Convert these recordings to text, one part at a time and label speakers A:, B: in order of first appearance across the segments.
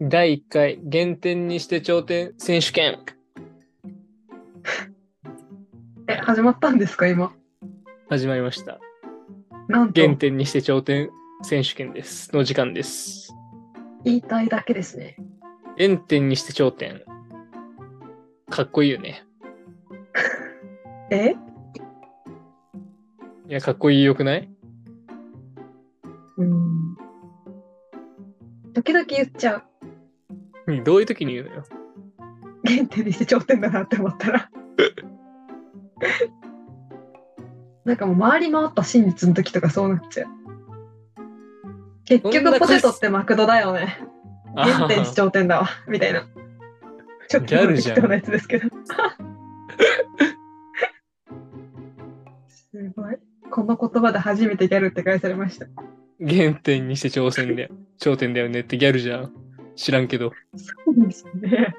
A: 第1回減点にして頂点選手権。
B: え、始まったんですか、今。
A: 始まりました。
B: なんと、
A: 減点にして頂点選手権です。の時間です。
B: 言いたいだけですね。
A: 減点にして頂点。かっこいいよね。
B: え
A: いや、かっこいいよくない
B: うん。時々言っちゃう。
A: うんどういう時に言うのよ。
B: 原点にして頂点だなって思ったら。 なんかもう回り回った真実の時とかそうなっちゃう。結
A: そんな
B: 局ポテトってマクドだよね。 原点にして頂点だわ。みたいな。ちょっと
A: ギャルじゃん
B: 適当なやつですけど。すごい。この言葉で初めてギャルって返されました。
A: あー原点にして挑戦で、頂点だよねってギャルじゃん。知らんけど。
B: そうですね。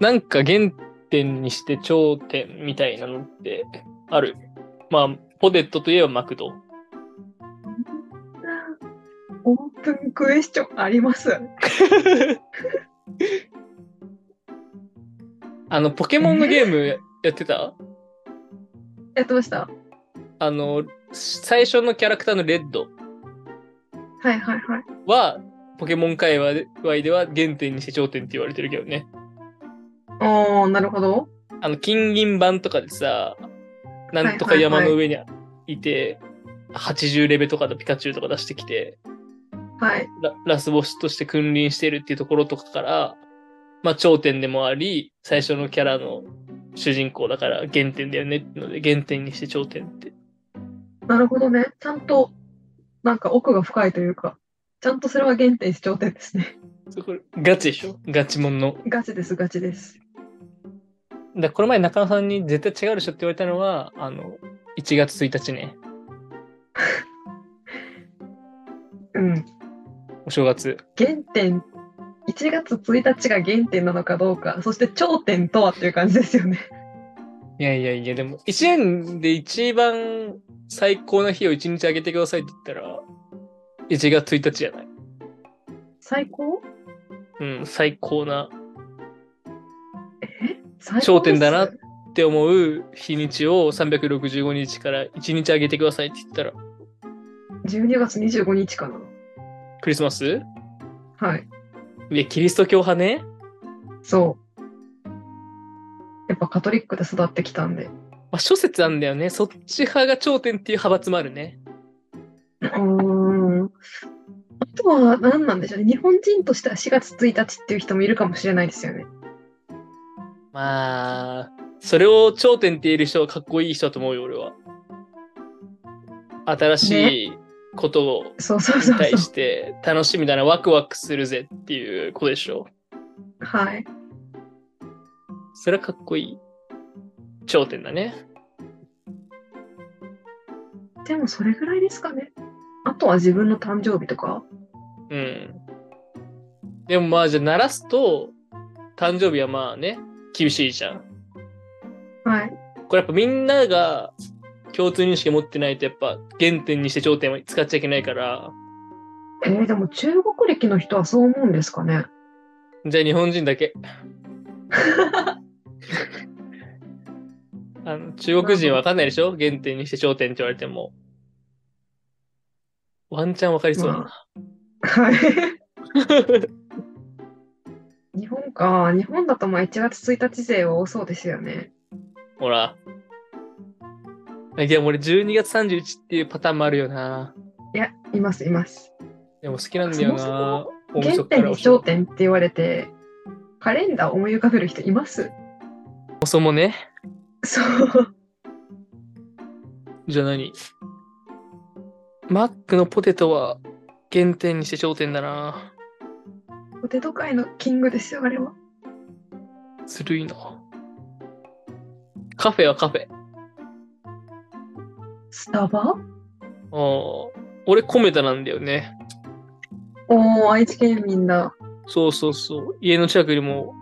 A: なんか原点にして頂点みたいなのってある。まあ、ポテトといえばマクド。
B: オープンクエスチョンあります。
A: あの、ポケモンのゲームやってた
B: やってました。
A: あの、最初のキャラクターのレッド
B: はいはいはい。
A: は、ポケモン界隈では原点にして頂点って言われてるけどね。
B: おー、なるほど。
A: あの、金銀版とかでさ、なんとか山の上にいて、80レベルとかのピカチュウとか出してきて、
B: はい。
A: ララスボスとして君臨してるっていうところとかから、まあ、頂点でもあり、最初のキャラの主人公だから原点だよねってので、原点にして頂点って。
B: なるほどね。ちゃんと、なんか奥が深いというか、ちゃんとそれは原点視頂点ですね。
A: そこガチでしょガチモンの。だか
B: ガチです、ガチです。
A: らこの前中野さんに絶対違うでしょって言われたのは、あの、1月1日ね、
B: うん。
A: お正月。
B: 原点、1月1日が原点なのかどうか、そして頂点とはっていう感じですよね。
A: いやいやいや、でも、1年で一番最高な日を1日あげてくださいって言ったら、1月1日じゃない。
B: 最高
A: うん、最高な
B: 最高です
A: 頂点だなって思う日にちを365日から1日あげてくださいって言ったら、
B: 12月25日かな。
A: クリスマス
B: はい。
A: いや、キリスト教派ね。
B: そう。やっぱカトリックで育ってきたんで。
A: まあ、諸説あんだよね。そっち派が頂点っていう派閥もあるね。
B: うーん。あとは何なんでしょうね。日本人としては4月1日っていう人もいるかもしれないですよね。
A: まあ、それを頂点って言える人はかっこいい人だと思うよ、俺は。新しいことを
B: そうそう
A: に
B: そう
A: 対
B: そ
A: して楽しみだな、ワクワクするぜっていうことでしょ。
B: う。はい。
A: それはかっこいい。頂点だね。
B: でもそれぐらいですかね。あとは自分の誕生日とか。
A: うん。でもまあじゃあ鳴らすと、誕生日はまあね、厳しいじゃん。
B: はい。
A: これやっぱみんなが共通認識持ってないとやっぱ原点にして頂点は使っちゃいけないから、
B: えー、でも中国歴の人はそう思うんですかね。
A: じゃあ日本人だけ。あの中国人わかんないでしょ原点にして頂点って言われても。ワンチャンわかりそうだな。
B: はい。日本か。日本だとまあ1月1日勢は多そうですよね。
A: ほら。いや、俺12月31日っていうパターンもあるよな。
B: いや、います、います。
A: でも好きなんだよな。
B: そも
A: 大晦
B: 原
A: 日か
B: 点
A: ら
B: に
A: お正
B: 頂
A: 月。
B: 点って言われて、カレンダーを思い浮かべる人います
A: おそもね。
B: そう。
A: じゃあ何マックのポテトは原点にして頂点だな。
B: ポテト界のキングですよ、あれは。
A: ずるいな。カフェはカフェ。
B: スタバ
A: あー俺、米田なんだよね。
B: おー、愛知県民だ。
A: そうそうそう。家の近くにも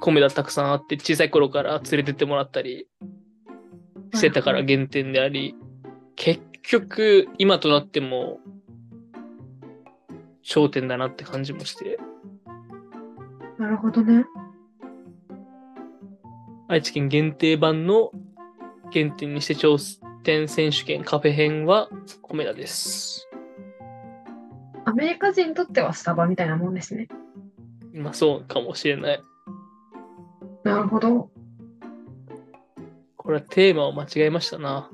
A: 米田たくさんあって、小さい頃から連れてってもらったりしてたから原点であり、結局、今となっても、焦点だなって感じもして。
B: なるほどね。
A: 愛知県限定版の原点にして頂点選手権カフェ編は米田です。
B: アメリカ人にとってはスタバみたいなもんですね。
A: まあそうかもしれない。
B: なるほど。
A: これはテーマを間違えましたな。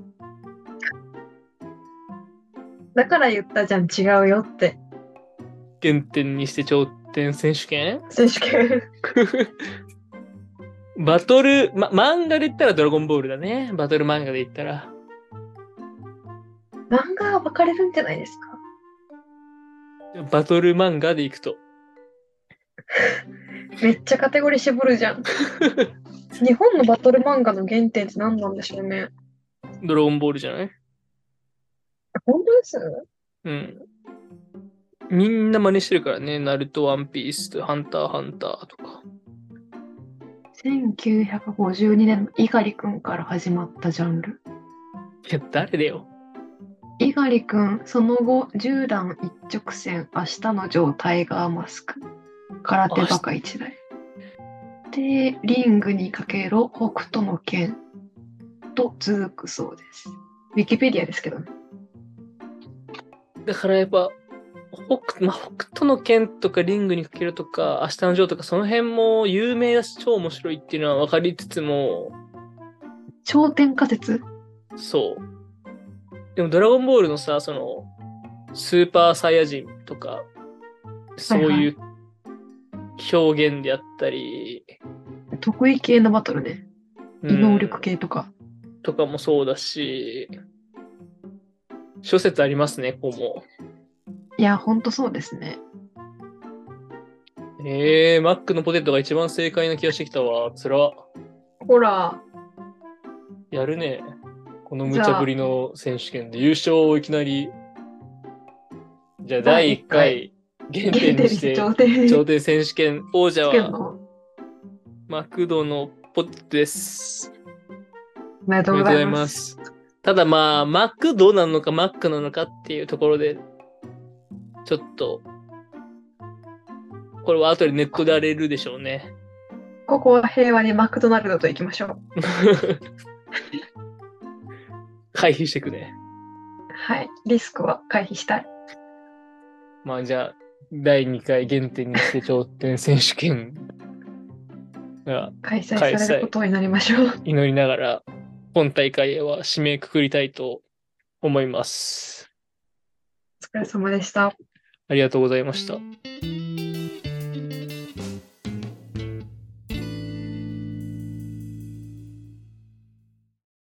B: だから言ったじゃん、違うよって。
A: 原点にして頂点選手 権
B: 選手権。
A: バトル、ま、漫画で言ったらドラゴンボールだね。バトル漫画で言ったら。
B: 漫画は分かれるんじゃないですか。
A: バトル漫画で行くと。
B: めっちゃカテゴリー絞るじ ゃん。日本のバトル漫画の原点って何なんでしょうね。
A: ドラゴンボールじゃない
B: 本当です
A: うん。みんな真似してるからね。ナルト、ワンピース、ハンター、ハンターとか。
B: ?1952 年の猪狩くんから始まったジャンル。
A: いや、誰だよ。
B: 猪狩くん、その後、十段一直線、明日のジョー、タイガーマスク、空手バカ一代。で、リングにかけろ、北斗の剣と続くそうです。ウィキペディアですけどね。
A: だからやっぱ、北,、まあ、北斗の剣とかリングにかけるとか、明日のジョーとか、その辺も有名だし、超面白いっていうのは分かりつつも、
B: 頂点仮説
A: そう。でも、ドラゴンボールのさ、その、スーパーサイヤ人とか、そういう表現であったり、
B: 得意系のバトルね。
A: うん
B: 能力系とか。
A: とかもそうだし、諸説ありますね、こうも。
B: いや、ほんとそうですね。
A: えー、マックのポテトが一番正解な気がしてきたわ。つら。
B: ほら、
A: やるね。この無茶ぶりの選手権で優勝をいきなり。じゃあ第1回、原点にして、
B: 頂点
A: 頂点選手権王者は
B: お
A: マクドのポテトです。
B: めで
A: お
B: と
A: めでとうご
B: うござ
A: ざい
B: い
A: ま
B: ます。
A: す。ただまあ、マクドなのかマックなのかっていうところで、ちょっと、これは後でネットで荒れるでしょうね。
B: ここは平和にマクドナルドと行きましょう。
A: 回避してくね。
B: はい。リスクは回避したい。
A: まあじゃあ、第2回原点にして頂点選手権が
B: 開催
A: 開催
B: されることになりましょう。
A: 祈りながら、今大会は締めくくりたいと思います。
B: お疲れ様でした。
A: ありがとうございました。
B: あ